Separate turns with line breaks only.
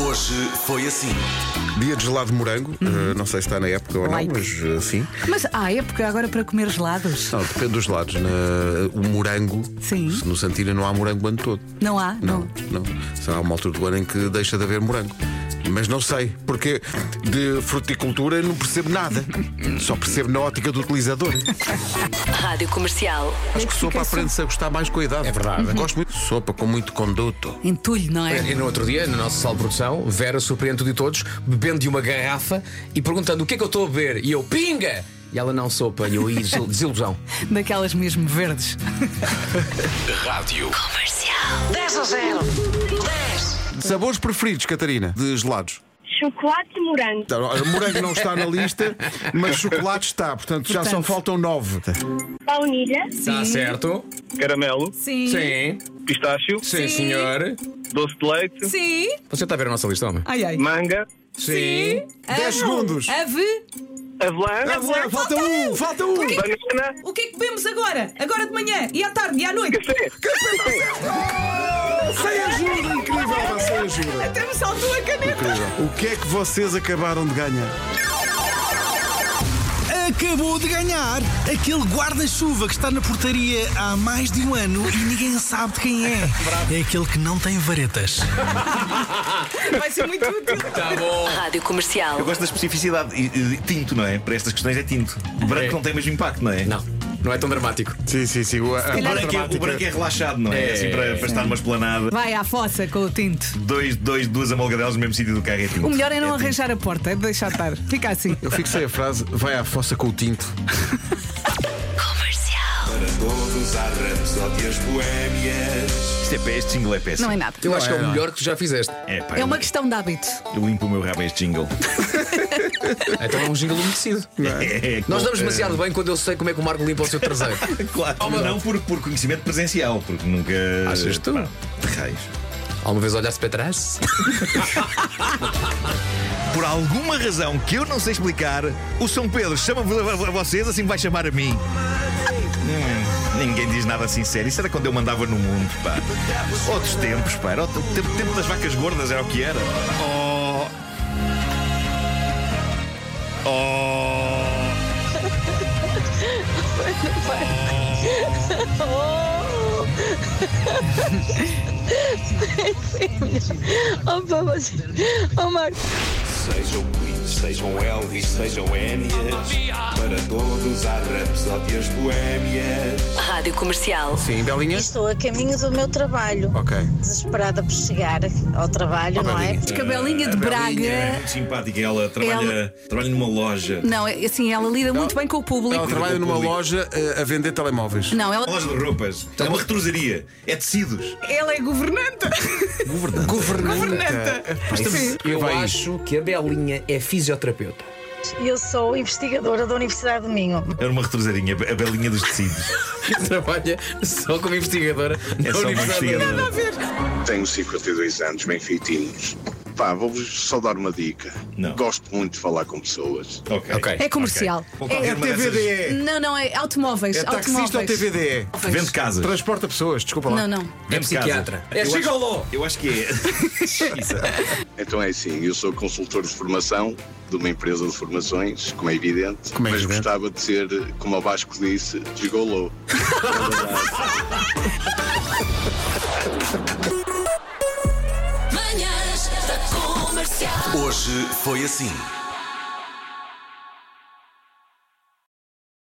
Hoje foi assim. Dia de gelado de morango, eh, não sei se está na época ou não,
Uhum. Like.
mas eh, sim.
Mas há época agora para comer gelados?
Não, depende dos lados. Na- o morango,
Sim.
se no Santina não há morango o ano todo.
Não há?
Não, não. Será uma altura do ano em que deixa de haver morango. Mas não sei, porque de fruticultura não percebo nada. Só percebo na ótica do utilizador.
Rádio Comercial.
Acho que sopa aprende-se a gostar mais com a idade.
É verdade. Uhum.
Gosto muito de sopa, com muito conduto.
Entulho, não é?
E no outro dia, na nossa sala de produção, Vera surpreende tudo e todos, bebendo de uma garrafa e perguntando o que é que eu estou a beber. E eu, pinga! E ela não sopa, e eu, "Ih, desil- desilusão.
Daquelas mesmo verdes.
Sabores preferidos, Catarina, de gelados?
Chocolate e morango.
Então, olha, morango não está na lista, mas chocolate está, portanto já só
Portanto.
faltam nove.
Baunilha.
Está Tá certo?
caramelo,
Sim.
Sim.
pistácio,
Sim, senhor.
doce de leite,
Sim.
Você está a ver a nossa lista, homem?
Ai, ai.
manga,
Sim.
Dez
Ave-
segundos.
Ave.
avelã,
Agora falta um, falta um!
banana,
O que é que bebemos agora? Agora de manhã e à tarde e à noite?
café.
Sem ajuda, incrível, pá, sem ajuda.
Até me saltou a caneta.
Incrível. O que é que vocês acabaram de ganhar?
Acabou de ganhar aquele guarda-chuva que está na portaria há mais de um ano e ninguém sabe de quem é. É aquele que não tem varetas.
Vai ser muito útil.
Está Tá bom.
Rádio Comercial.
Eu gosto da especificidade. E, e, tinto, não é? Para estas questões é tinto. O branco
É.
não tem o mesmo impacto, não é?
Não, não é tão dramático.
Sim, sim, sim. o- a- a
O branco, é,
dramática.
o branco é relaxado, não é?
É.
Assim para, para estar numa esplanada.
Vai à fossa com o tinto.
Dois, dois, duas amolgadelas no mesmo sítio do carro é tinto.
O melhor é não
tinto.
arranjar a porta, é deixar estar. Fica assim.
Eu fico sem a frase, vai à fossa com o tinto.
Isto é pé, este jingle é péssimo.
Não é nada.
Eu acho que é o melhor que tu já fizeste.
É, pá,
É
eu-
uma questão de hábito.
Eu limpo o meu rabo a este jingle.
Então é um jingle umedecido.
É, é,
Nós
com-
damos demasiado bem quando eu sei como é que o Marco limpa o seu traseiro.
Claro, mas não por, por conhecimento presencial, porque nunca.
Achas tu?
Pá, de Raios.
Alguma vez olhaste para trás?
Por alguma razão que eu não sei explicar, o São Pedro chama-vos a- a vocês, assim vai chamar a mim. Hum, ninguém diz nada sincero. Isso era quando eu mandava no mundo, pá. Outros tempos, pá. Era o tempo, tempo das vacas gordas era o que era. Oh. Oh.
Opa, você. Ô, Marco.
Sejam Queens, sejam Elvis, sejam Enias Para todos há rapsódias boémias
Rádio Comercial.
Sim, Belinha?
Estou a caminho do meu trabalho.
Ok.
Desesperada por chegar ao trabalho, não é?
Cabelinha de
É
Braga.
muito simpática. Ela trabalha, trabalha numa loja.
Não, é- assim, ela lida muito bem com o
Ela
público.
trabalha numa loja eh, a vender telemóveis.
Não, ela,
Uma loja de roupas.
Então
É uma retrosaria. É tecidos.
ela é governanta.
Governanta. É
Eu acho que a Belinha é fisioterapeuta.
E Eu sou investigadora da Universidade de Minho.
Era uma retrosarinha, a belinha dos tecidos.
Trabalha só como investigadora
É
na
só uma
Universidade da
investigadora.
Tenho 52 anos, bem feitinhos Pá, vou-vos só dar uma dica
Não.
Gosto muito de falar com pessoas
Ok.
Ok.
É comercial.
É,
É TVDE.
Não, não, é automóveis.
É taxista ou
automóveis.
TVDE?
Vende casas.
Transporta pessoas, desculpa lá.
Não, não.
É
Vende
psiquiatra.
casas.
É
Eu acho-
gigolô.
Eu acho que é.
Então é assim, eu sou consultor de formação De uma empresa de formações, como é evidente
Como é
Mas
evidente.
gostava de ser, como o Vasco disse, gigolô
Manhãs da Comercial.
Hoje foi assim.